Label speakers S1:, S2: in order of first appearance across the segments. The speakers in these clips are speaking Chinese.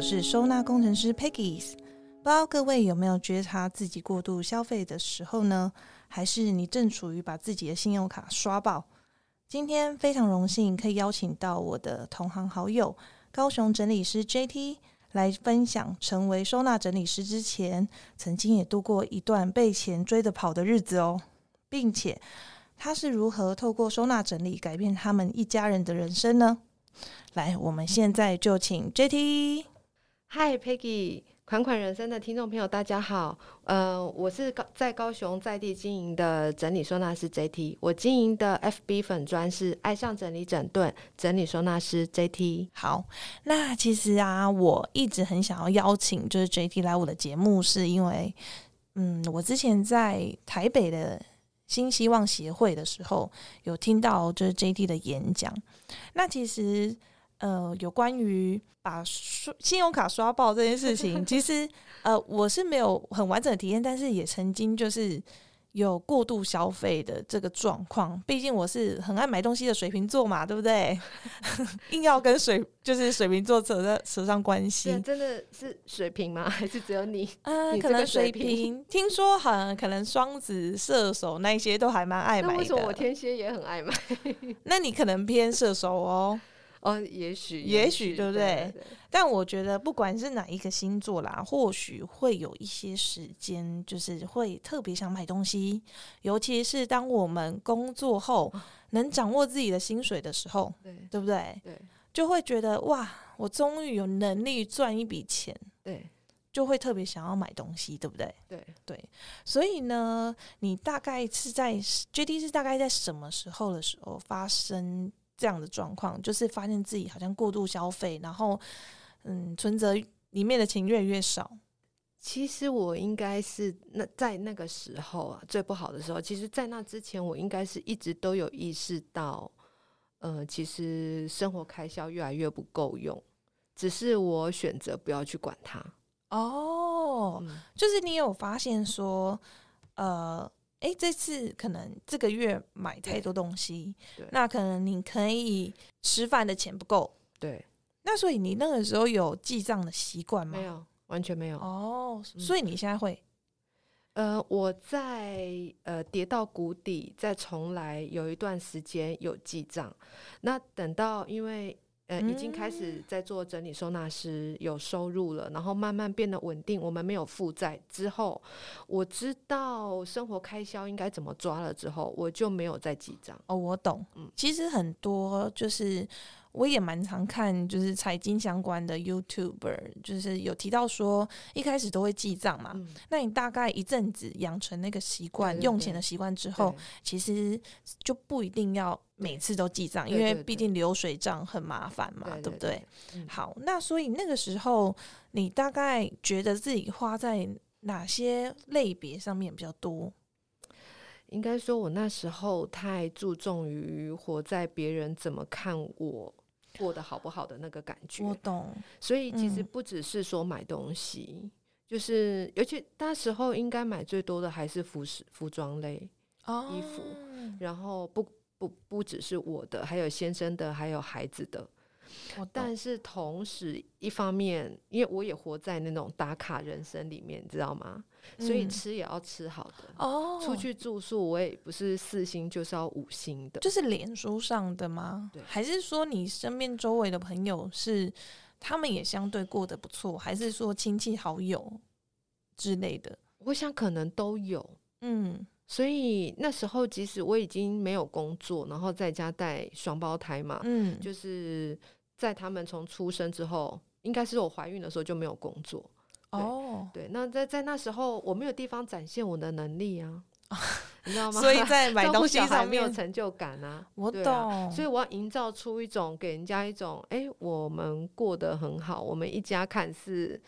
S1: 是收纳工程师 Peggy。不知道各位有没有觉察自己过度消费的时候呢？还是你正处于把自己的信用卡刷爆？今天非常荣幸可以邀请到我的同行好友高雄整理师 JT 来分享成为收纳整理师之前，曾经也度过一段被钱追着跑的日子哦，并且他是如何透过收纳整理改变他们一家人的人生呢？来，我们现在就请 JT。
S2: 嗨，Peggy，款款人生的听众朋友，大家好。呃，我是高在高雄在地经营的整理收纳师 JT，我经营的 FB 粉砖是爱上整理整顿整理收纳师 JT。
S1: 好，那其实啊，我一直很想要邀请就是 JT 来我的节目，是因为，嗯，我之前在台北的新希望协会的时候，有听到就是 JT 的演讲。那其实，呃，有关于把刷信用卡刷爆这件事情，其实呃，我是没有很完整的体验，但是也曾经就是有过度消费的这个状况。毕竟我是很爱买东西的水瓶座嘛，对不对？ 硬要跟水就是水瓶座扯上扯上关
S2: 这
S1: 系。
S2: 真的是水平吗？ 还是只有你？
S1: 嗯，
S2: 你
S1: 可
S2: 这个
S1: 能水
S2: 水瓶
S1: 瓶，听说好像可能双子、射手那一些都还蛮爱买
S2: 那
S1: 的。
S2: 为什么我天蝎也很爱买？
S1: 那你可能偏射手哦。
S2: 哦， 也许，
S1: 也许对不对
S2: 对
S1: 但我觉得，不管是哪一个星座啦，或许会有一些时间，就是会特别想买东西，尤其是当我们工作
S2: 嗯
S1: 后能掌握自己的薪水的时候，
S2: 对
S1: 对不对？
S2: 对
S1: 就会觉得哇，我终于有能力赚一笔钱，
S2: 对
S1: 就会特别想要买东西，对不对？
S2: 对。
S1: 对，所以呢，你大概是在 JD 是大概在什么时候的时候发生这样的状况？就是发现自己好像过度消费，然后嗯，存折里面的钱越来越少。
S2: 其实我应该是那在那个时候啊，最不好的时候。其实，在那之前，我应该是一直都有意识到，呃，其实生活开销越来越不够用，只是我选择不要去管它。
S1: 哦，
S2: 嗯，
S1: 就是你有发现说，呃。诶，这次可能这个月买太多东西
S2: 对对，
S1: 那可能你可以吃饭的钱不够，
S2: 对，
S1: 那所以你那个时候有记账的习惯吗
S2: 没？有，完全没有。
S1: 哦，
S2: 嗯
S1: 所以你现在会
S2: 呃，我在呃跌到谷底，再重来有一段时间有记账。那等到因为呃已经开始
S1: 嗯
S2: 在做整理收纳师，有收入了，然后慢慢变得稳定，我们没有负债之后，我知道生活开销应该怎么抓了之后，我就没有再记账。
S1: 哦，我懂。
S2: 嗯
S1: 其实很多就是我也蛮常看，就是财经相关的 YouTuber，就是有提到说一开始都会记账嘛。
S2: 嗯，
S1: 那你大概一阵子养成那个习惯，
S2: 对对
S1: 用
S2: 对
S1: 钱的习惯之后
S2: 对，
S1: 其实就不一定要每次都记账，
S2: 对
S1: 因为
S2: 对对
S1: 毕竟流水账很麻烦嘛，
S2: 对
S1: 不
S2: 对
S1: 对？
S2: 嗯
S1: 好，那所以那个时候你大概觉得自己花在哪些类别上面比较多？
S2: 应该说，我那时候太注重于活在别人怎么看我过得好不好的那个感觉。
S1: 我懂，
S2: 所以其实
S1: 嗯
S2: 不只是说买东西，就是尤其那时候应该买最多的还是服饰、服装类，
S1: 哦
S2: 衣服然后不不不只是我的，还有先生的，还有孩子的。
S1: 我懂。
S2: 但是同时，一方面，因为我也活在那种打卡人生里面，你知道吗？所以
S1: 嗯
S2: 吃也要吃好的，
S1: 哦，
S2: 出去住宿我也不是四星就是要五星的。
S1: 就是脸书上的吗
S2: 对？
S1: 还是说你身边周围的朋友是他们也相对过得不错，还是说亲戚好友之类的？
S2: 我想可能都有，
S1: 嗯，
S2: 所以那时候即使我已经没有工作，然后在家带双胞胎嘛，
S1: 嗯，
S2: 就是在他们从出生之后，应该是我怀孕的时候就没有工作。
S1: 哦，
S2: 对，那在在那时候我没有地方展现我的能力啊，你知道吗？
S1: 哦所 以在买
S2: 照顾
S1: 东西
S2: 小孩
S1: 上
S2: 没有
S1: 面，
S2: 成就感啊，
S1: 我
S2: 对啊
S1: 懂，
S2: 所以我要营造出一种给人家一种，哎、我们过得很好，我们一家看似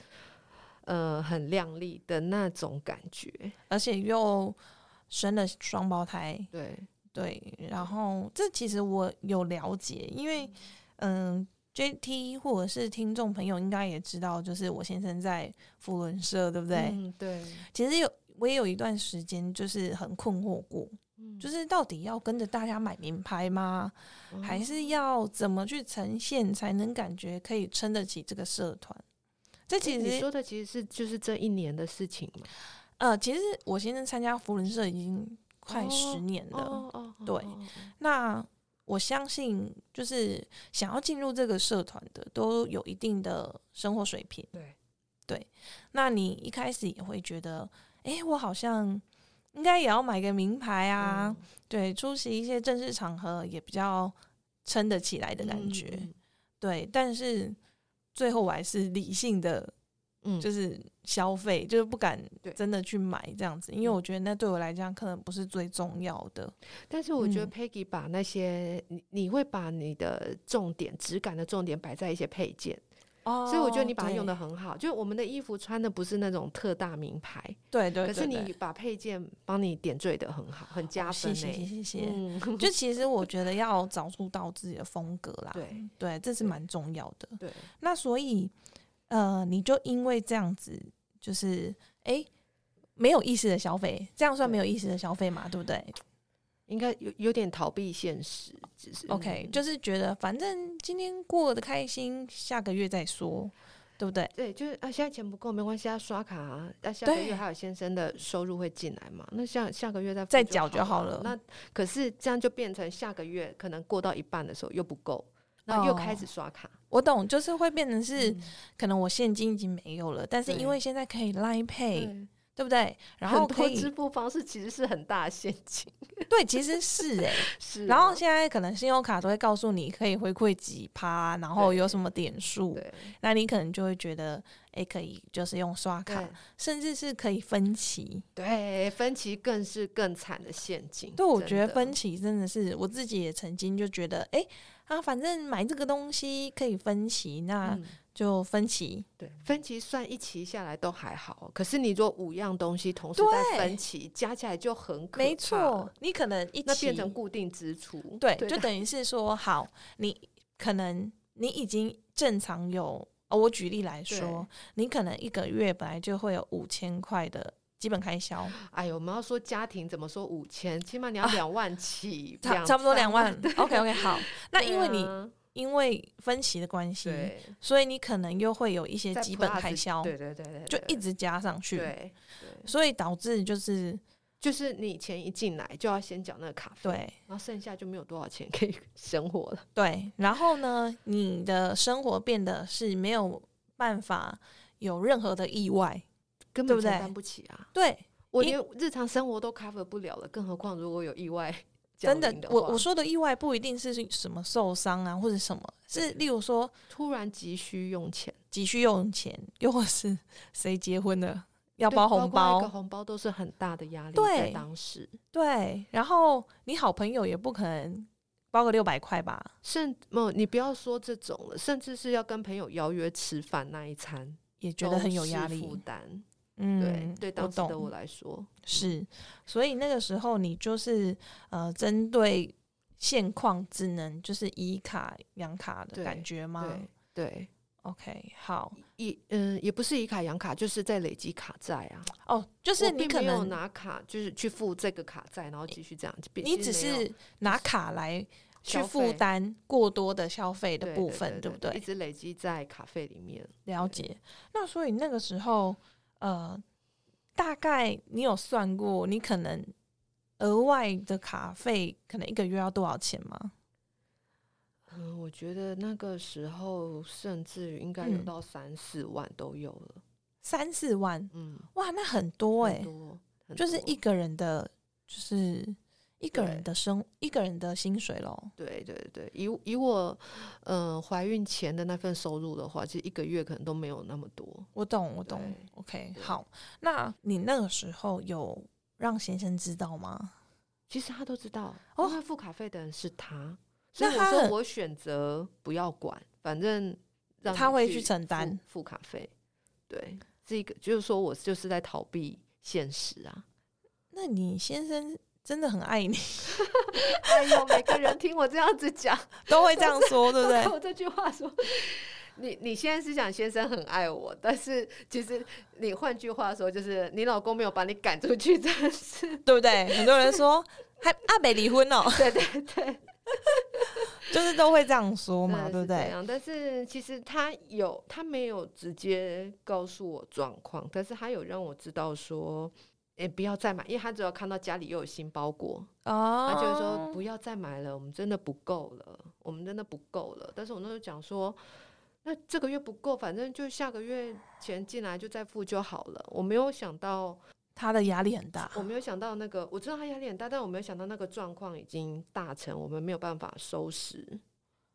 S2: 呃很亮丽的那种感觉。
S1: 而且又生了双胞胎，
S2: 对，
S1: 对，然后这其实我有了解，因为嗯，JT 或者是听众朋友应该也知道，就是我先生在福伦社，对不对？
S2: 嗯，对，
S1: 其实有我也有一段时间就是很困惑过，
S2: 嗯
S1: 就是到底要跟着大家买名牌吗？
S2: 哦
S1: 还是要怎么去呈现才能感觉可以撑得起这个社团？这其
S2: 你
S1: 实
S2: 说的其实是就是这一年的事情嘛。
S1: 呃，其实我先生参加福伦社已经快十年了，
S2: 哦哦，哦
S1: 对
S2: 哦哦
S1: 那我相信，就是想要进入这个社团的，都有一定的生活水平。
S2: 对
S1: 对，那你一开始也会觉得，诶，我好像应该也要买个名牌啊，
S2: 嗯
S1: 对，出席一些正式场合也比较撑得起来的感觉。
S2: 嗯
S1: 对，但是最后我还是理性的
S2: 嗯，
S1: 就是是消费，就是不敢
S2: 对
S1: 真的去买这样子，因为
S2: 嗯
S1: 我觉得那对我来讲可能不是最重要的。
S2: 但是我觉得
S1: 嗯
S2: Peggy 把那些你你会把你的重点质感的重点摆在一些配件，
S1: 哦
S2: 所以我觉得你把它用
S1: 的
S2: 的很好。就是我们的衣服穿的不是那种特大名牌，
S1: 对对，
S2: 可
S1: 对
S2: 是
S1: 对哦
S2: 你把配件帮你点缀的很好，很加分
S1: 谢谢谢
S2: 呢。
S1: 谢谢谢。
S2: 嗯，
S1: 就其实我觉得要找出到自己的风格啦，
S2: 对
S1: 对，这是
S2: 对
S1: 蛮重要的。
S2: 对，
S1: 那所以，呃，你就因为这样子，就是诶，没有意识的消费，这样算没有意识的消费嘛？对不对
S2: 应该有有点逃避现实，只是
S1: ？OK，
S2: 嗯
S1: 就是觉得反正今天过得开心，下个月再说，对不对？
S2: 对，就是啊，现在钱不够没关系，要刷卡啊。那、下个
S1: 对
S2: 月还有先生的收入会进来嘛？那下下个月再付
S1: 再缴就
S2: 就
S1: 好了
S2: 那可是这样就变成下个月可能过到一半的时候又不够，那又开
S1: 哦
S2: 始刷卡。
S1: 我懂，就是会变成是、
S2: 嗯
S1: 可能我现金已经没有了，但是
S2: 对
S1: 因为现在可以 Line Pay，
S2: 对，
S1: 对不对？然
S2: 很
S1: 后可
S2: 多
S1: 以
S2: 支付方式其实是很大的陷阱。
S1: 对，其实是诶。
S2: 是啊，
S1: 然后现在可能信用卡都会告诉你可以回馈几趴，然后有什么点数，
S2: 对
S1: 那你可能就会觉得，哎、可以就是用刷卡
S2: 对，
S1: 甚至是可以分期。
S2: 对，分歧更是更惨的陷阱。
S1: 对，我
S2: 真
S1: 觉得
S2: 的
S1: 分期真的是我自己也曾经就觉得，哎、啊，反正买这个东西可以分期，那
S2: 嗯
S1: 就分期。
S2: 对，分歧算一期下来都还好，可是你若五样东西同时
S1: 对
S2: 在分歧，加起来就很可
S1: 没
S2: 怕
S1: 错
S2: 了，，
S1: 你可能一
S2: 那
S1: 期
S2: 变成固定支出。
S1: 对，
S2: 对
S1: 就
S2: 的
S1: 等于是说，好，你可能你已经正常有，哦、我举例来说，你可能一个月本来就会有五千块的基本开销，
S2: 哎呦，我们要说家庭怎么说五千，起码你要两万起，
S1: 啊差差不多两万。OK OK，好，那
S2: 对
S1: 因为你、
S2: 啊
S1: 因为分歧的关系，
S2: 对
S1: 所以你可能又会有一些
S2: 在
S1: 基本
S2: plus，
S1: 开销，
S2: 对对对对，
S1: 就
S2: 对
S1: 一直加上去，
S2: 对对，
S1: 所以导致就是
S2: 就是你钱一进来就要先缴那个卡费，
S1: 对。
S2: 然后剩下就没有多少钱可以 生活了。
S1: 对，然后呢，你的生活变得是没有办法有任何的意外，
S2: 根
S1: 对
S2: 本
S1: 不
S2: 承
S1: 对
S2: 担不起啊！
S1: 对，
S2: 我
S1: 因
S2: 连日常生活都 cover 不了了，更何况如果有意外降
S1: 真
S2: 临
S1: 的
S2: 的，话，
S1: 我我说的意外不一定是什么受伤啊，或者什么，是例如说
S2: 突然急需用钱，
S1: 急需用钱，又或是 谁结婚了要
S2: 要
S1: 包红
S2: 一个
S1: 包，
S2: 红包都是很大的压力，
S1: 对
S2: 在当时，
S1: 对，然后你好朋友也不可能包个六百块吧？
S2: 甚哦，你不要说这种了，甚至是要跟朋友邀约吃饭那一餐，
S1: 也觉得很有压
S2: 都是负
S1: 力，
S2: 担。
S1: 嗯
S2: 对，对，
S1: 我
S2: 当时的我
S1: 懂，
S2: 来说，
S1: 是，所以那个时候你就是呃，针对现况只能就是以卡养卡的
S2: 对
S1: 感觉吗
S2: 对对，
S1: ？OK，好，
S2: 一嗯，也不是以卡养卡，就是在累积卡债啊。
S1: 哦，就是
S2: 我
S1: 你
S2: 并
S1: 可
S2: 没有
S1: 能
S2: 拿卡，就是去付这个卡债，然后继续这样，并
S1: 你
S2: 并
S1: 只
S2: 没有
S1: 是拿卡来去
S2: 消
S1: 负
S2: 费
S1: 担过多的消费的
S2: 对
S1: 部
S2: 对
S1: 分，
S2: 对
S1: 不
S2: 一
S1: 对？
S2: 直累积在卡费里面。
S1: 了解。那所以那个时候，呃，大概你有算过，你可能额外的卡费可能一个月要多少钱吗？
S2: 嗯，我觉得那个时候甚至于应该有
S1: 嗯
S2: 到三四万都有了，
S1: 三四万，
S2: 嗯，
S1: 哇，那很多哎、
S2: 很多，很
S1: 就是
S2: 多
S1: 一个人的，就是一个人
S2: 对
S1: 的生，一个人的薪水咯。
S2: 对对对，以我以我嗯怀孕前的那份收入的话，其实一个月可能都没有那么多。
S1: 我懂，我懂
S2: 对。
S1: OK，
S2: 对
S1: 好，那你那个时候有让先生知道吗？
S2: 其实他都知道，
S1: 哦
S2: 因为付卡费的人是他，所以
S1: 那
S2: 我
S1: 他
S2: 说
S1: 很
S2: 我选择不要管，反正让
S1: 他
S2: 你
S1: 会去
S2: 去
S1: 承
S2: 付
S1: 担
S2: 付卡费。对，这个就是说我就是在逃避现实啊。
S1: 那你先生真的很爱你，
S2: 哎呦，每个人听我这样子讲，
S1: 都会这样说，对不对
S2: 看？我这句话说，你你现在是讲先生很爱我，但是其实你换句话说，就是你老公没有把你赶出去， 但是
S1: 啊对不对？很多人说还阿北离婚哦，
S2: 对对对，
S1: 就是都会这样说嘛，对
S2: 真的
S1: 不
S2: 是这
S1: 对？
S2: 样，但是其实他有，他没有直接告诉我状况，但是他有让我知道说，哎、不要再买，因为他只要看到家里又有新包裹，
S1: 哦
S2: 他就会说不要再买了，我们真的不够了，我们真的不够了。但是我那时候讲说，那这个月不够，反正就下个月钱进来就再付就好了。我没有想到，
S1: 他的压力很大，
S2: 我没有想到那个，我知道他压力很大，但我没有想到那个状况已经大成，我们没有办法收拾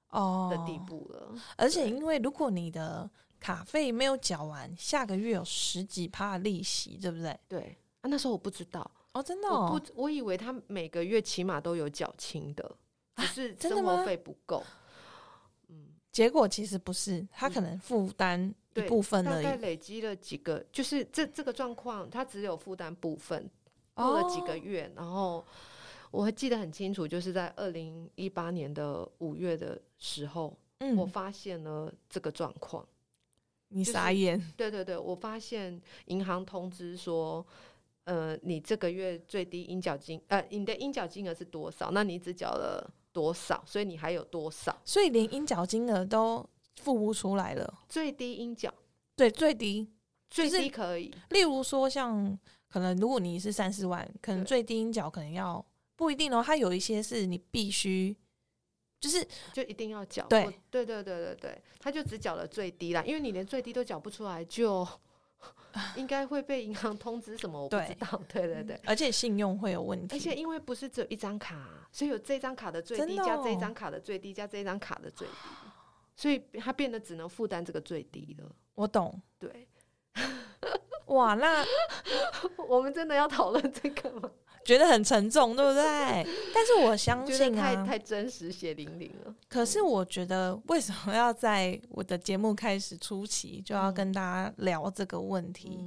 S1: 哦
S2: 的地步了。
S1: 而且因为如果你的卡费没有缴完，下个月有十几趴的利息，对不对？
S2: 对啊，那时候我不知道，
S1: 哦，真的、
S2: 我
S1: 哦
S2: 不，我以为他每个月起码都有缴清的，只 是
S1: 真的
S2: 生活
S1: 吗
S2: 费不够。嗯，
S1: 结果其实不是，他可能负担一
S2: 对
S1: 部分
S2: 大
S1: 而
S2: 概
S1: 已，
S2: 累积了几个，就是这这个状况，他只有负担部分，过
S1: 哦
S2: 了几个月，然后我还记得很清楚，就是在二零一八年的五月的时候，我
S1: 嗯，
S2: 发现了这个状况。
S1: 你
S2: 就是
S1: 傻眼，
S2: 对对对，我发现银行通知说，呃，你这个月最低应缴金，呃，你的应缴金额是多少？那你只缴了多少？所以你还有多少？
S1: 所以连应缴金额都付不出来了，
S2: 最低应缴，
S1: 对，最低。
S2: 最
S1: 是
S2: 低可以，
S1: 例如说像可能如果你是三四万，可能
S2: 对
S1: 最低应缴可能要不一定哦，它有一些是你必须，就是
S2: 就一定要缴。
S1: 对
S2: 我对对对对对，他就只缴了最低啦，因为你连最低都缴不出 来，就应该会被银行通知什么？我不知
S1: 对嗯
S2: 道。对对对。
S1: 而且信用会有问题，
S2: 而且因为不是只有一张卡，啊所以有这张卡的最低
S1: 真的
S2: 加这
S1: 哦
S2: 张卡的最低加这张卡的最低，所以它变得只能负担这个最低了。
S1: 我懂
S2: 对，
S1: 哇，那
S2: 我们真的要讨论这个吗？
S1: 觉得很沉重，对不 对？但是我相
S2: 觉得
S1: 信
S2: 太
S1: 啊，
S2: 太真实血淋淋了。
S1: 可是我觉得为什么要在我的节目开始初期就要
S2: 嗯
S1: 跟大家聊这个问题？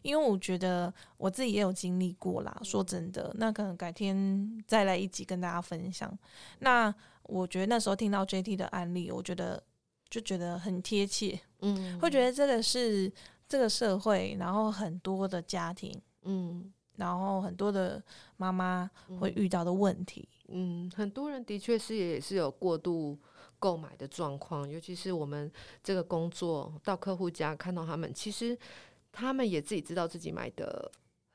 S1: 因为我觉得我自己也有经历过
S2: 嗯
S1: 啦。说真的，那可能改天再来一集跟大家分享。那我觉得那时候听到 JT 的案例，我觉得就觉得很贴切，
S2: 嗯
S1: 会觉得这个是这个社会，然后很多的家庭，
S2: 嗯
S1: 然后很多的妈妈会
S2: 嗯
S1: 遇到的问题。
S2: 嗯，很多人的确是也是有过度。购买的状况，尤其是我们这个工作到客户家看到他们，其实他们也自己知道自己买的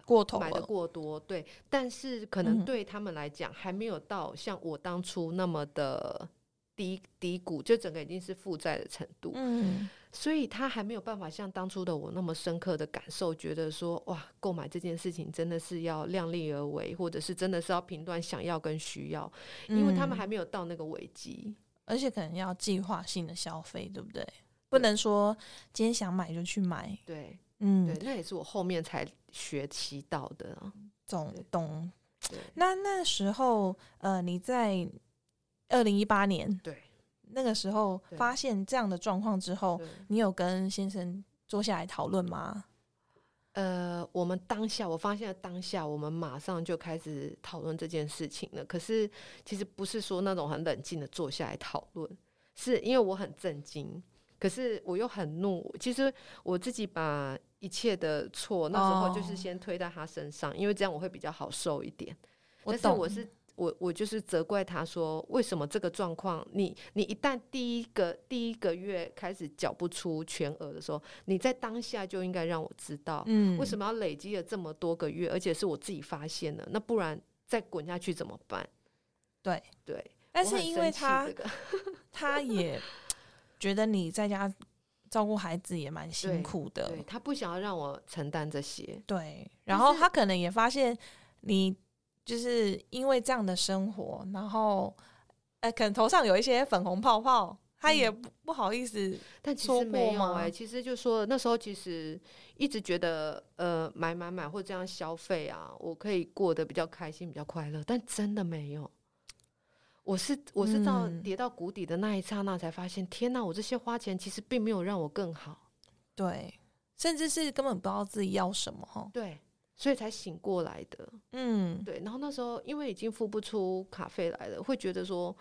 S1: 过头
S2: 买的
S1: 了，
S2: 过多，对，但是可
S1: 嗯
S2: 能对他们来讲，还没有到像我当初那么的低低谷，就整个已经是负债的程度，
S1: 嗯，
S2: 所以他还没有办法像当初的我那么深刻的感受，觉得说哇，购买这件事情真的是要量力而为，或者是真的是要评断想要跟需要，因为他
S1: 嗯
S2: 们还没有到那个危机。
S1: 而且可能要计划性的消费，对不对？不能说今天想买就去买，
S2: 对对
S1: 嗯，，
S2: 那也是我后面才学习到的啊。
S1: 懂
S2: 对
S1: 懂。
S2: 对
S1: 那那时候，呃，你在二零一八年
S2: 对
S1: 那个时候
S2: 对
S1: 发现这样的状况之后，
S2: 对。
S1: 你有跟先生坐下来讨论吗？
S2: 呃，我们当下我发现了当下，我们马上就开始讨论这件事情了。可是其实不是说那种很冷静的坐下来讨论，是因为我很震惊，可是我又很怒。其实我自己把一切的错那时候就
S1: 哦
S2: 是先推到他身上，因为这样我会比较好受一点。但是
S1: 懂，
S2: 我是我我就是责怪他说，为什么这个状况，你你一旦第一个第一个月开始缴不出全额的时候，你在当下就应该让我知道，
S1: 嗯，
S2: 为什
S1: 么？
S2: 么要累积了这么多个月，而且是我自己发现的，那不然再滚下去怎么办？
S1: 对
S2: 对，
S1: 但
S2: 我
S1: 是
S2: 很
S1: 因
S2: 生
S1: 为
S2: 气
S1: 他
S2: 这个
S1: 他 也觉得你在家照顾孩子也蛮辛
S2: 对
S1: 苦的，
S2: 对他不想要让我承担这些，
S1: 对，然
S2: 但
S1: 后
S2: 是
S1: 他可能也发现你就是因为这样的生活，然后呃，可能头上有一些粉红泡泡，他也
S2: 嗯
S1: 不,、不好意思，
S2: 但其
S1: 说
S2: 实没
S1: 过
S2: 有
S1: 吗
S2: 哎、其实就说那时候其实一直觉得呃买买买或这样消费啊，我可以过得比较开心、比较快乐，但真的没有。我是我是到
S1: 嗯
S2: 跌到谷底的那一刹那才发现，天哪！我这些花钱其实并没有让我更好。
S1: 对，甚至是根本不知道自己要什么哈。
S2: 对，所以才醒过来的。
S1: 嗯，
S2: 对，然后那时候因为已经付不出卡费来了，会觉得说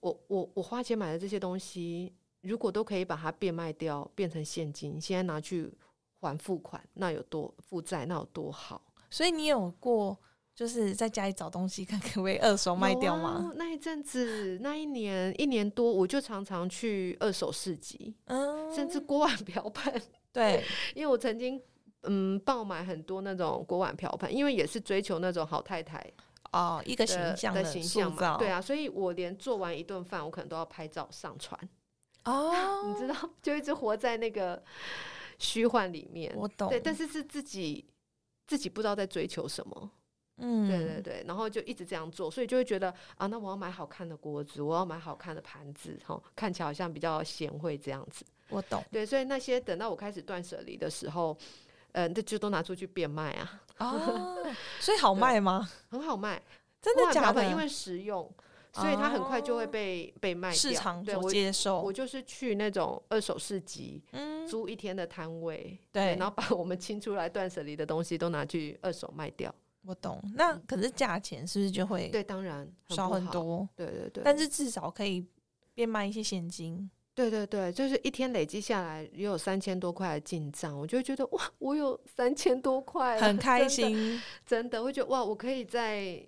S2: 我我我花钱买的这些东西，如果都可以把它变卖掉，变成现金，现在拿去还付款，那有多负债，那有多好？
S1: 所以你有过就是在家里找东西看 可不可以二手卖掉
S2: 有
S1: 吗？
S2: 啊那一阵子，那一年一年多，我就常常去二手市集，
S1: 嗯，
S2: 甚至锅碗瓢盆，
S1: 对，
S2: 因为我曾经嗯爆买很多那种锅碗瓢盆，因为也是追求那种好太太
S1: 哦，一个形
S2: 的
S1: 象
S2: 的
S1: 的
S2: 形
S1: 塑
S2: 象嘛
S1: 造，，
S2: 对，啊，所以我连做完一顿饭，我可能都要拍照上传，
S1: 哦，
S2: 你知道，就一直活在那个虚幻里面。
S1: 我懂，
S2: 对，但是是自己自己不知道在追求什么，
S1: 嗯，
S2: 对对对，然后就一直这样做，所以就会觉得啊，那我要买好看的锅子，我要买好看的盘子，哈、看起来好像比较贤惠这样子。
S1: 我懂，
S2: 对，所以那些等到我开始断舍离的时候，呃，这就都拿出去变卖啊，
S1: 哦，所以好卖吗？
S2: 很好卖，
S1: 真的
S2: 锅碗
S1: 假
S2: 瓢
S1: 的？哦
S2: 盆因为实用，所以它很快就会被、被卖掉。
S1: 市场
S2: 对
S1: 所
S2: 我
S1: 接受
S2: 我，就是去那种二手市集
S1: 嗯，
S2: 租一天的摊位，
S1: 对
S2: 然后把我们清出来断舍离的东西都拿去二手卖掉。
S1: 我懂。那可是价钱是不是就会
S2: 嗯对，当然很
S1: 少
S2: 不
S1: 很
S2: 好，
S1: 多？
S2: 对对对。
S1: 但是至少可以变卖一些现金。
S2: 对对对，就是一天累积下来也有三千多块的进账，我就会觉得哇，我有三千多块了，
S1: 很开
S2: 真的，
S1: 心，
S2: 真的会觉得哇，我可以在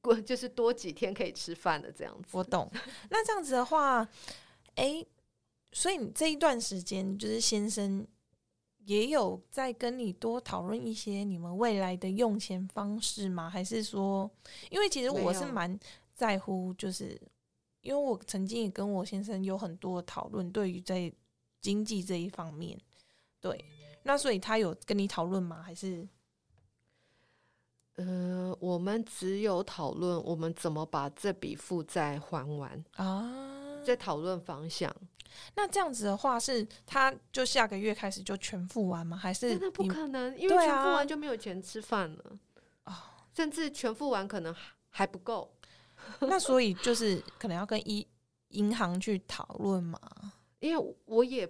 S2: 过就是多几天可以吃饭了这样子。
S1: 我懂。那这样子的话，诶，所以你这一段时间，就是先生也有在跟你多讨论一些你们未来的用钱方式吗？还是说，因为其实
S2: 没
S1: 我是
S2: 有
S1: 蛮在乎，就是因为我曾经也跟我先生有很多讨论，对于在经济这一方面，对。那所以他有跟你讨论吗？还是
S2: 嗯、我们只有讨论我们怎么把这笔负债还完，
S1: 啊？
S2: 在讨论方向。
S1: 那这样子的话，是他就下个月开始就全付完吗？还是
S2: 真的不
S1: 你
S2: 可能，因为
S1: 对
S2: 全付
S1: 啊
S2: 完就没有钱吃饭了，
S1: 哦
S2: 甚至全付完可能还还不够。
S1: 那所以就是可能要跟一银行去讨论嘛。
S2: 因为我也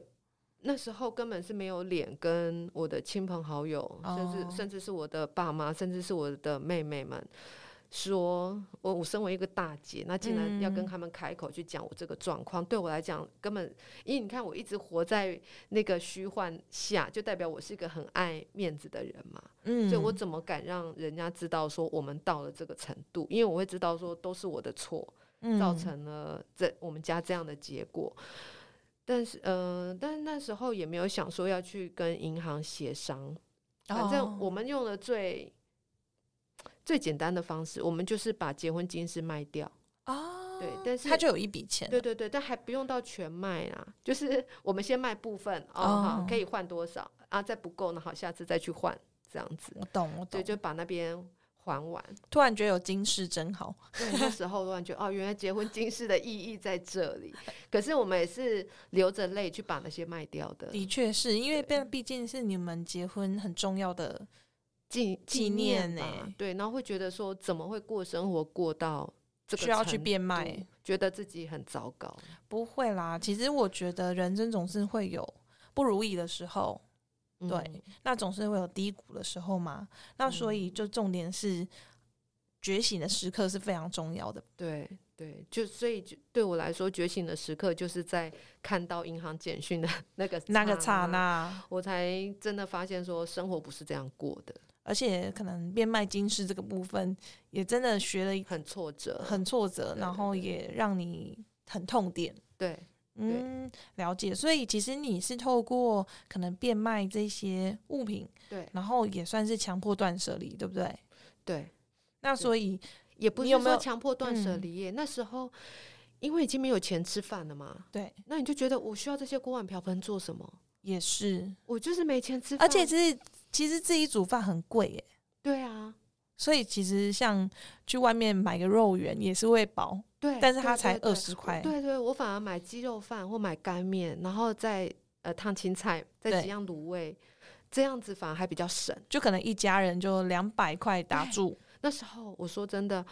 S2: 那时候根本是没有脸跟我的亲朋好友，甚
S1: 哦
S2: 至甚至是我的爸妈，甚至是我的妹妹们。说我我身为一个大姐，那竟然要跟
S1: 嗯
S2: 他们开口去讲我这个状况，对我来讲根本，因为你看我一直活在那个虚幻下，就代表我是一个很爱面子的人嘛，
S1: 嗯，
S2: 所以我怎么敢让人家知道说我们到了这个程度？因为我会知道说都是我的错，造
S1: 嗯
S2: 成了这我们家这样的结果。但是，嗯、但是那时候也没有想说要去跟银行协商，反正我
S1: 哦
S2: 们用了最最简单的方式，我们就是把结婚金饰卖掉。
S1: 哦，
S2: 对但是
S1: 他就有一笔钱，
S2: 对对对，但还不用到全卖啦，就是我们先卖部分哦，好
S1: 哦，
S2: 可以换多少啊？再不够呢，好，下次再去换这样子。
S1: 我懂我懂
S2: 对，。就把那边还完。
S1: 突然觉得有金饰真好，
S2: 对，那时候突然觉得哦，原来结婚金饰的意义在这 里。可是我们也是流着泪去把那些卖掉的
S1: 的确是因为
S2: 呃对
S1: 毕毕竟是你们结婚很重要的，
S2: 纪
S1: 纪
S2: 念
S1: 念
S2: 吧
S1: 欸
S2: 对，然后会觉得说怎么会过生活过到这个
S1: 需要去
S2: 程
S1: 变
S2: 度
S1: 卖，
S2: 觉得自己很糟糕。
S1: 不会啦。其实我觉得人生总是会有不如意的时候，
S2: 嗯嗯
S1: 对，那总是会有低谷的时候嘛。那所以就重点是觉醒的时刻是非常重要的。
S2: 对对，就所以就对我来说，觉醒的时刻就是在看到银行简讯的 那个
S1: 那个刹
S2: 刹，
S1: 那，
S2: 我才真的发现说生活不是这样过的，
S1: 而且可能变卖金饰这个部分也真的学了一
S2: 很挫折，
S1: 很挫折，
S2: 对
S1: 然后也让你很痛点。
S2: 对。
S1: 嗯，了解。所以其实你是透过可能变卖这些物品，
S2: 对
S1: 然后也算是强迫断舍离，对不对？
S2: 对，
S1: 那所以
S2: 也不
S1: 你
S2: 是
S1: 有没
S2: 说
S1: 有
S2: 强迫断舍
S1: 嗯
S2: 离耶、那时候因为已经没有钱吃饭了嘛，
S1: 对，
S2: 那你就觉得我需要这些锅碗瓢盆做什么？
S1: 也是，
S2: 我就是没钱吃饭，
S1: 而且其实其实自己煮饭很贵耶，
S2: 对啊，
S1: 所以其实像去外面买个肉圆也是会饱，
S2: 对，
S1: 但是它
S2: 对
S1: 才
S2: 对对
S1: 二十块。
S2: 对对，我反而买鸡肉饭或买干面，然后再呃烫青菜，再
S1: 对
S2: 几样卤味，这样子反而还比较省。
S1: 就可能一家人就两百块打
S2: 对
S1: 住，
S2: 那时候我说真的，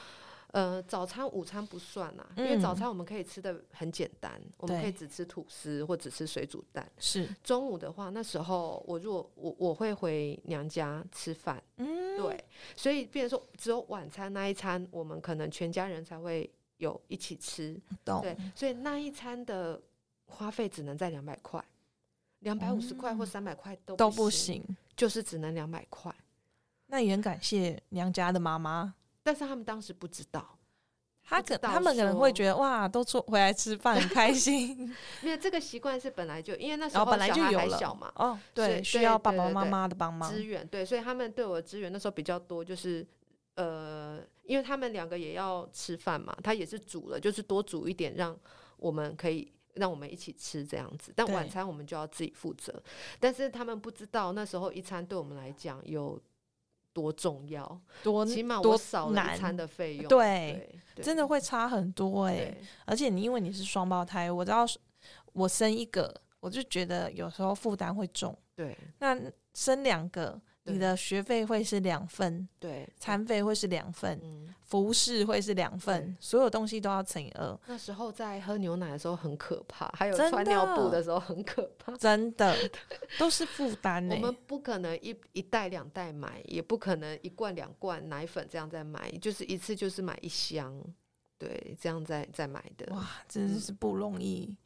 S2: 呃，早餐、午餐不算啦，因为早
S1: 嗯
S2: 餐我们可以吃的很简单，我们可以
S1: 对
S2: 只吃吐司或只吃水煮蛋。
S1: 是
S2: 中午的话，那时候我如果我我会回娘家吃饭，
S1: 嗯，
S2: 对，所以变成说只有晚餐那一餐，我们可能全家人才会有一起吃，
S1: 懂，
S2: 对，所以那一餐的花费只能在两百块，两百五十块或
S1: 嗯
S2: 三百块都
S1: 都不
S2: 行，
S1: 行。
S2: 就是只能两百块。
S1: 那也很感谢娘家的妈妈，
S2: 但是他们当时不知道，
S1: 她
S2: 不知
S1: 可
S2: 道
S1: 他们可能会
S2: 说
S1: 觉得哇，都出回来吃饭很开 心，
S2: 因为这个习惯是本来就因为那时
S1: 然
S2: 候
S1: 后哦本来
S2: 小
S1: 就
S2: 孩
S1: 有
S2: 还
S1: 了
S2: 小嘛，
S1: 哦，
S2: 所
S1: 对，
S2: 以
S1: 需
S2: 对
S1: 要
S2: 对
S1: 爸
S2: 对
S1: 爸
S2: 对
S1: 妈妈的帮忙，
S2: 资源对，所以他们对我的资源那时候比较多，就是呃，因为他们两个也要吃饭嘛，他也是煮了，就是多煮一点，让我们可以让我们一起吃这样子。但晚
S1: 对
S2: 餐我们就要自己负责，但是他们不知道那时候一餐对我们来讲有多重要，
S1: 多
S2: 起码我
S1: 哦多
S2: 少了
S1: 难
S2: 一餐的费用。
S1: 对，
S2: 对，对
S1: 真的会差很多哎、
S2: 对
S1: 而且你因为你是双胞胎，我知道是我生一个，我就觉得有时候负担会重。
S2: 对
S1: 那生两个，
S2: 对
S1: 你的学费会是两份，
S2: 对，
S1: 餐费会是两份，
S2: 嗯。
S1: 服饰会是两份
S2: 对，
S1: 所有东西都要乘以二，
S2: 那时候在喝牛奶的时候很可怕，还有
S1: 真
S2: 穿尿布
S1: 的
S2: 的时候很可怕。
S1: 真 的都是负担欸呢
S2: 我。们不可能一一袋两袋买，也不可能一罐两罐奶粉这样再买，就是一次就是买一箱，对，这样再再买的。嗯
S1: 哇，真的是不容易。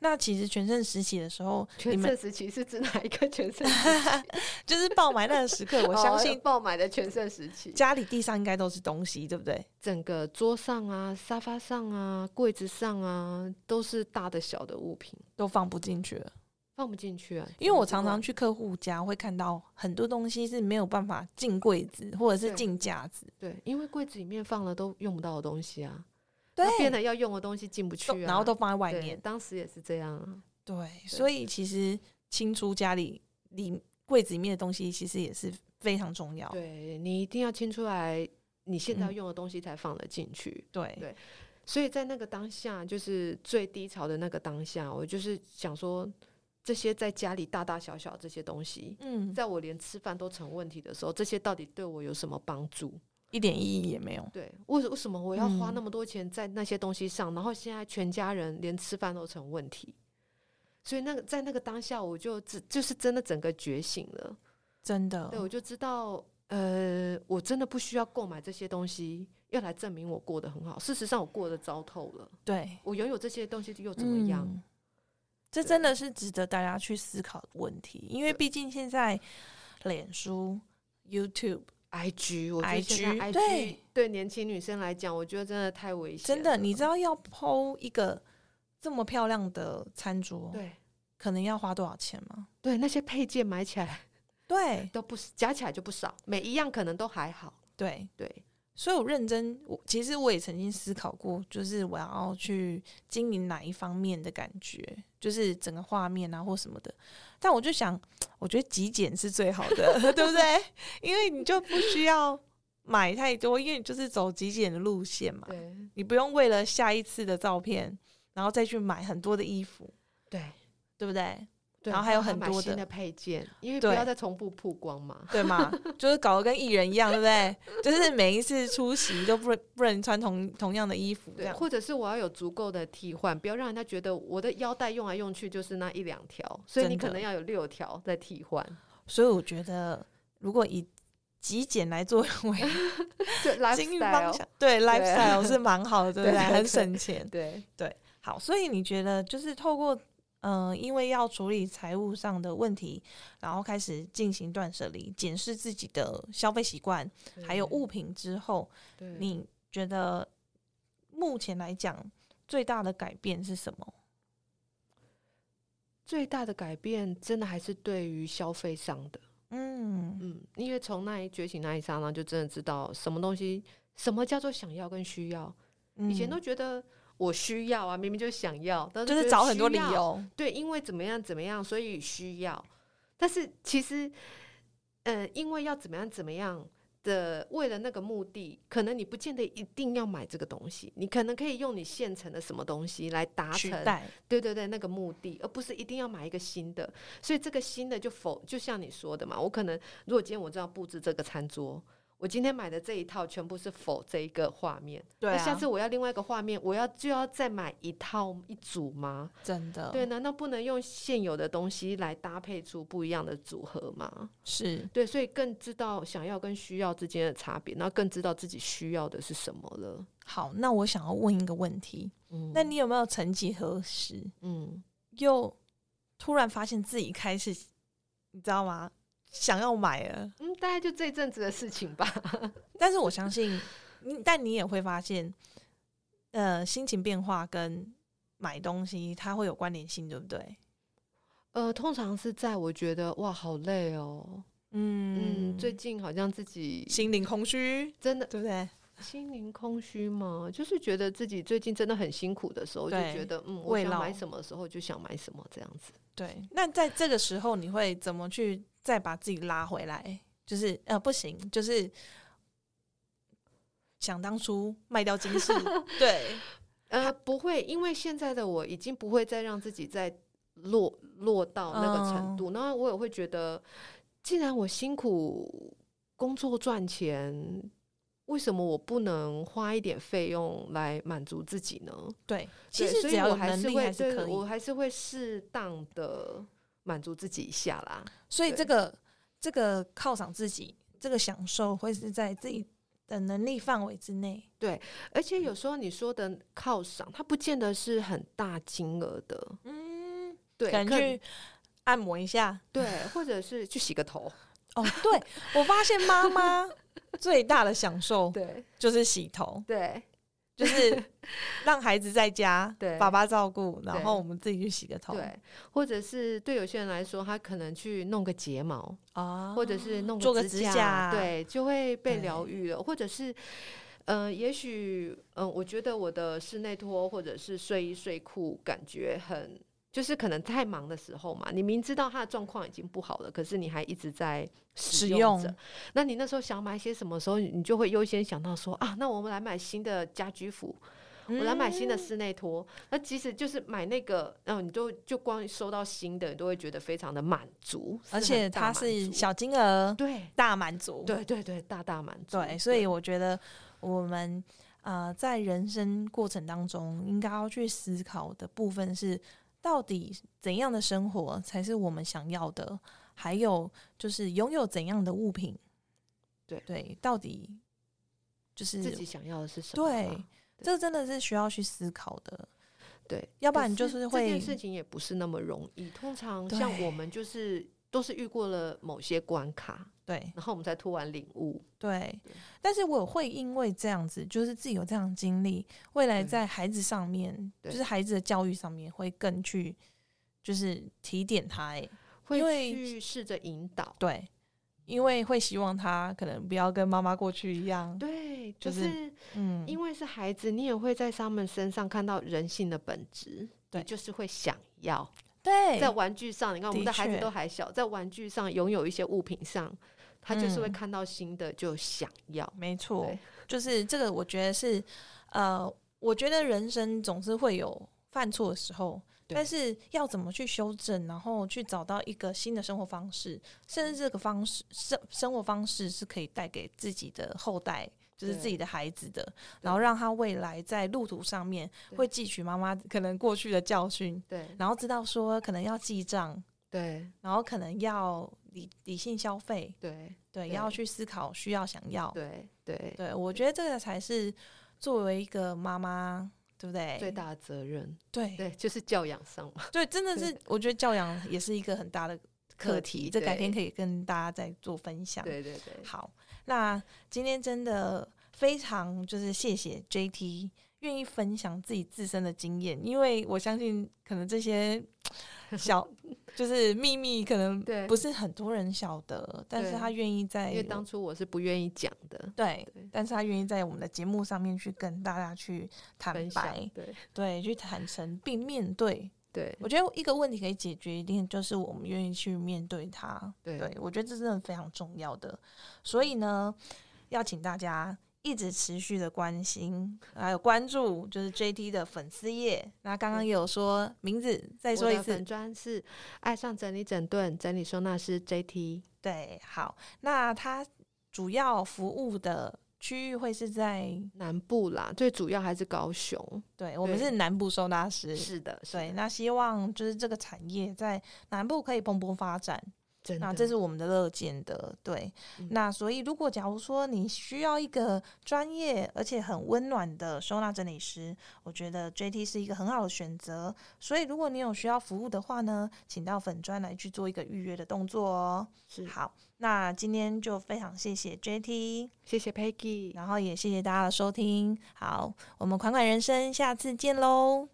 S1: 那其实全盛时期的时候，你
S2: 全
S1: 们
S2: 盛时期是指哪一个全盛时 期？
S1: 就是爆买那个时刻，我相信
S2: 哦爆买的全盛时期，
S1: 家里地上应该都是东西，对不对？
S2: 整个桌上啊、沙发上啊、柜子上啊，都是大的小的物品，
S1: 都放不进去了。
S2: 放不进去啊。
S1: 因为我
S2: 怎
S1: 常
S2: 么
S1: 常去客户家，会看到很多东西是没有办法进柜子或者是
S2: 对
S1: 进架子，
S2: 弄对，因为柜子里面放了都用不到的东西啊，
S1: 对，
S2: 那变得要用的东西进不去
S1: 都
S2: 啊，
S1: 然后都放在外
S2: 对
S1: 面，
S2: 当时也是这样啊。
S1: 对，所以其实清出家里里柜子里面的东西，其实也是非常重要，
S2: 对你一定要清出来，你现在要
S1: 嗯
S2: 用的东西才放得进去。
S1: 对
S2: 对所以在那个当下，就是最低潮的那个当下，我就是想说，这些在家里大大小小这些东西，
S1: 嗯，
S2: 在我连吃饭都成问题的时候，这些到底对我有什么帮助？
S1: 一点意义也没有，
S2: 对，为为什么我要花
S1: 嗯
S2: 那么多钱在那些东西上？然后现在全家人连吃饭都成问题，所以那个在那个当下，我就只就是真的整个觉醒了。
S1: 真的
S2: 对，我就知道，呃，我真的不需要购买这些东西，要来证明我过得很好。事实上，我过得糟透了。
S1: 对，
S2: 我拥有这些东西又怎么样？
S1: 嗯这
S2: 对
S1: 真的是值得大家去思考的问题，因为毕竟现在脸书、YouTube
S2: IG，我觉得现在
S1: IG
S2: IG
S1: 对
S2: 对年轻女生来讲，我觉得真的太危险。
S1: 真的，你知？道要剖一个这么漂亮的餐桌，
S2: 对
S1: 可能要花多少钱吗？
S2: 对，那些配件买起来
S1: 对
S2: 都不加起来就不少，每一样可能都还好。
S1: 对，
S2: 对，
S1: 所以我认真，我其实我也曾经思考过，就是我要去经营哪一方面的感觉，就是整个画面啊或什么的。但我就想，我觉得极简是最好的， 对不对？因为你就不需要买太多，因为你就是走极简的路线嘛，
S2: 对
S1: 你不用为了下一次的照片，然后再去买很多的衣服，
S2: 对
S1: 对不对？
S2: 对，
S1: 然后还有
S2: 要
S1: 很
S2: 买
S1: 多
S2: 新
S1: 的
S2: 的配件，因为不
S1: 对
S2: 要再重复曝光嘛。
S1: 对嘛， 就是搞得跟艺人一样，对不对？就是每一次出席都不能不能穿同同样的衣服，这
S2: 对，
S1: 样
S2: 或者是我要有足够的替换，不要让人家觉得我的腰带用来用去就是那一两条，所以你
S1: 真的
S2: 可能要有六条在替换。
S1: 所以我觉得，如果以极简来作 为
S2: 对
S1: 经营方
S2: ，lifestyle，
S1: 向，对
S2: 啊
S1: lifestyle 是蛮好的，对不对？
S2: 对对
S1: 很省钱。
S2: 对
S1: 好，所以你觉得就是透过嗯、呃因为要处理财务上的问题，然后开始进行断舍离，检视自己的消费习惯，
S2: 嗯
S1: 还有物品之后，
S2: 对
S1: 你觉得目前来讲最大的改变是什么？
S2: 最大的改变，真的还是对于消费上的，
S1: 嗯，
S2: 嗯，因为从那一觉醒那一刹那，就真的知道什么东西，什么叫做想要跟需要。以前
S1: 嗯
S2: 都觉得我需要啊，明明就想要，但是
S1: 就
S2: 觉
S1: 是
S2: 得
S1: 找很多
S2: 需
S1: 理
S2: 要
S1: 由，
S2: 对，因为怎么样怎么样，所以需要。但是其实，呃，因为要怎么样怎么样的，为了那个目的，可能你不见得一定要买这个东西，你可能可以用你现成的什么东西来达
S1: 取
S2: 成，
S1: 代，
S2: 对对对，那个目的，而不是一定要买一个新的。所以这个新的就否，就像你说的嘛，我可能如果今天我知道布置这个餐桌。我今天买的这一套全部是否这一个画面，
S1: 对
S2: 那下
S1: 啊，
S2: 次我要另外一个画面，我要就要再买一套一组吗？
S1: 真的，
S2: 对，，难道不能用现有的东西来搭配出不一样的组合吗？
S1: 是
S2: 对，所以更知道想要跟需要之间的差别，然后更知道自己需要的是什么了。
S1: 好。那我想要问一个问题，
S2: 嗯，
S1: 那你有没有曾几何时
S2: 嗯，
S1: 又突然发现自己开始，你知道吗？想要买了。
S2: 嗯，大概就这一阵子的事情吧。
S1: 但是我相信你，但你也会发现，呃，心情变化跟买东西它会有关联性，对不对？
S2: 呃，通常是在我觉得哇好累哦，嗯，最近好像自己
S1: 心灵空虚，
S2: 真的
S1: 对不对？
S2: 心灵空虚嘛，就是觉得自己最近真的很辛苦的时候，就
S1: 对
S2: 觉得嗯，我
S1: 慰
S2: 想
S1: 劳
S2: 买什么时候就想买什么这样子。
S1: 对。那在这个时候，你会怎么去再把自己拉回来？就是呃，不行，就是想当初卖掉金 饰，对，
S2: 呃，不会，因为现在的我已经不会再让自己再落落到那个程
S1: 嗯
S2: 度，那、我也会觉得，既然我辛苦工作赚钱，为什么我不能花一点费用来满足自己呢？
S1: 对。其
S2: 对
S1: 实
S2: 所
S1: 只
S2: 以
S1: 要
S2: 我
S1: 有
S2: 还
S1: 能
S2: 是
S1: 力
S2: 会，
S1: 还
S2: 对
S1: 是可以
S2: 我。还是会适当的满足自己一下啦。
S1: 所以
S2: 对
S1: 这个这个犒赏自己，这个享受会是在自己的能力范围之内。
S2: 而且有时候你说的犒赏，它不见得是很大金额的，
S1: 嗯，
S2: 对，
S1: 可能
S2: 可
S1: 去按摩一下。
S2: 对，或者是去洗 个头，
S1: 哦，对，我发现妈 妈最大的享受
S2: 对
S1: 就是洗头，
S2: 对
S1: 就是让孩子在家，
S2: 对
S1: 爸爸照顾，然
S2: 对
S1: 后我们自己去洗个头，
S2: 对，或者是对有些人来说，他可能去弄个睫毛，
S1: 啊，
S2: 或者是弄
S1: 做个
S2: 指
S1: 指甲
S2: 对，就会被
S1: 对
S2: 疗愈了，或者是。嗯，也许嗯，我觉得我的室内拖或者是睡衣睡裤，感觉很就是可能太忙的时候嘛，你明知道他的状况已经不好了，可是你还一直在
S1: 使
S2: 使
S1: 用
S2: 着。那你那时候想买些什么时候，你就会优先想到说啊，那我们来买新的家居服，我来买
S1: 嗯
S2: 新的室内拖，那其实就是买那个，然、后你都就光收到新的，你都会觉得非常的满足，
S1: 而
S2: 是很
S1: 且
S2: 大
S1: 它
S2: 满
S1: 是
S2: 足
S1: 小金额
S2: 对
S1: 大满足，
S2: 对对对，大大满足，
S1: 对，所以我觉得我们呃在人生过程当中，应该要去思考的部分是，到底怎样的生活才是我们想要的，还有就是拥有怎样的物品，
S2: 对
S1: 对，到底就是
S2: 自己想要的是什么
S1: 对
S2: 吧？，
S1: 这真的是需要去思考的。
S2: 对，
S1: 要不
S2: 可
S1: 然你就是
S2: 这
S1: 会
S2: 件事情也不是那么容易。通常像
S1: 对
S2: 我们就是都是遇过了某些关卡，
S1: 对
S2: 然后我们才突然领悟。
S1: 对
S2: 对，
S1: 但是我会因为这样子，就是自己有这样的经历，未来
S2: 对
S1: 在孩子上面，就
S2: 嗯对
S1: 是孩子的教育上面会更去，就是提点他、欸，
S2: 会
S1: 因为
S2: 去试着引导，
S1: 对，因为会希望他可能不要跟妈妈过去一样，
S2: 对，
S1: 就
S2: 就是是
S1: 嗯，
S2: 因为是孩子，你也会在他们身上看到人性的本质，
S1: 对
S2: 你就是会想要，
S1: 对
S2: 在玩具上，你看我们
S1: 哎的
S2: 的孩子
S1: 确
S2: 都还小，在玩具上拥有一些物品上，他就是会
S1: 嗯
S2: 看到新的就想要。
S1: 没错
S2: 对，
S1: 就是这个，我觉得是，呃，我觉得人生总是会有犯错的时候，
S2: 对
S1: 但是要怎么去修正，然后去找到一个新的生活方式，甚至这个方式生生活方式是可以带给自己的后代。就是
S2: 对
S1: 自己的孩子的，然后让他未来在路途上面
S2: 对
S1: 会汲取妈妈可能过去的教训，
S2: 对
S1: 然后知道说可能要记账，
S2: 对
S1: 然后可能要理理性消费，
S2: 对
S1: 对，
S2: 对
S1: 要去思考需要想要，
S2: 对对，
S1: 对，我觉得这个才是作为一个妈妈，对不对？
S2: 最大的责任，
S1: 对
S2: 对，就是教养上嘛。
S1: 对，真的
S2: 对
S1: 是我觉得教养也是一个很大的 课
S2: 课
S1: 题，
S2: 题
S1: 这改天
S2: 对
S1: 可以跟大家再做分享。
S2: 对对对，
S1: 好，那今天真的非常就是谢谢 JT 愿意分享自己自身的经验，因为我相信可能这 些小就是秘密，可能
S2: 对
S1: 不是很多人晓得，但是
S2: 对
S1: 他愿意在
S2: 因为当初我是不愿意讲的，
S1: 哎对
S2: 对，
S1: 但是他愿意在我们的节目上面去跟大家去坦
S2: 分享
S1: 白，，
S2: 对
S1: 对，去坦诚并面对。
S2: 对
S1: 我觉得一个问题可以解决，一定就是我们愿意去面对它。
S2: 对
S1: 对我觉得这真的非常重要的。所以呢，要请大家一直持续的关心，还有关注，就是 JT 的粉丝页。那刚刚也有说名字，再
S2: 我
S1: 说一
S2: 的
S1: 次
S2: 粉。砖是爱上整理整顿整理收纳师 JT，
S1: 对，好，那他主要服务的区域会是在，
S2: 南部啦，最主要还是高雄。
S1: 对我们
S2: 对
S1: 是南部收纳师，
S2: 是的，是
S1: 对，
S2: 的，
S1: 那希望就是这个产业在南部可以蓬勃发展。
S2: 真
S1: 那
S2: 的，
S1: 这是我们的乐见的，对。
S2: 嗯
S1: 那所以，如果假如说你需要一个专业而且很温暖的收纳整理师，我觉得 JT 是一个很好的选择。所以，如果你有需要服务的话呢，请到粉专来去做一个预约的动作哦。
S2: 是
S1: 好，那今天就非常谢谢 JT，
S2: 谢谢 Peggy，
S1: 然后也谢谢大家的收听。好，我们款款人生下次见喽，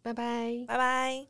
S2: 拜拜。
S1: 拜拜。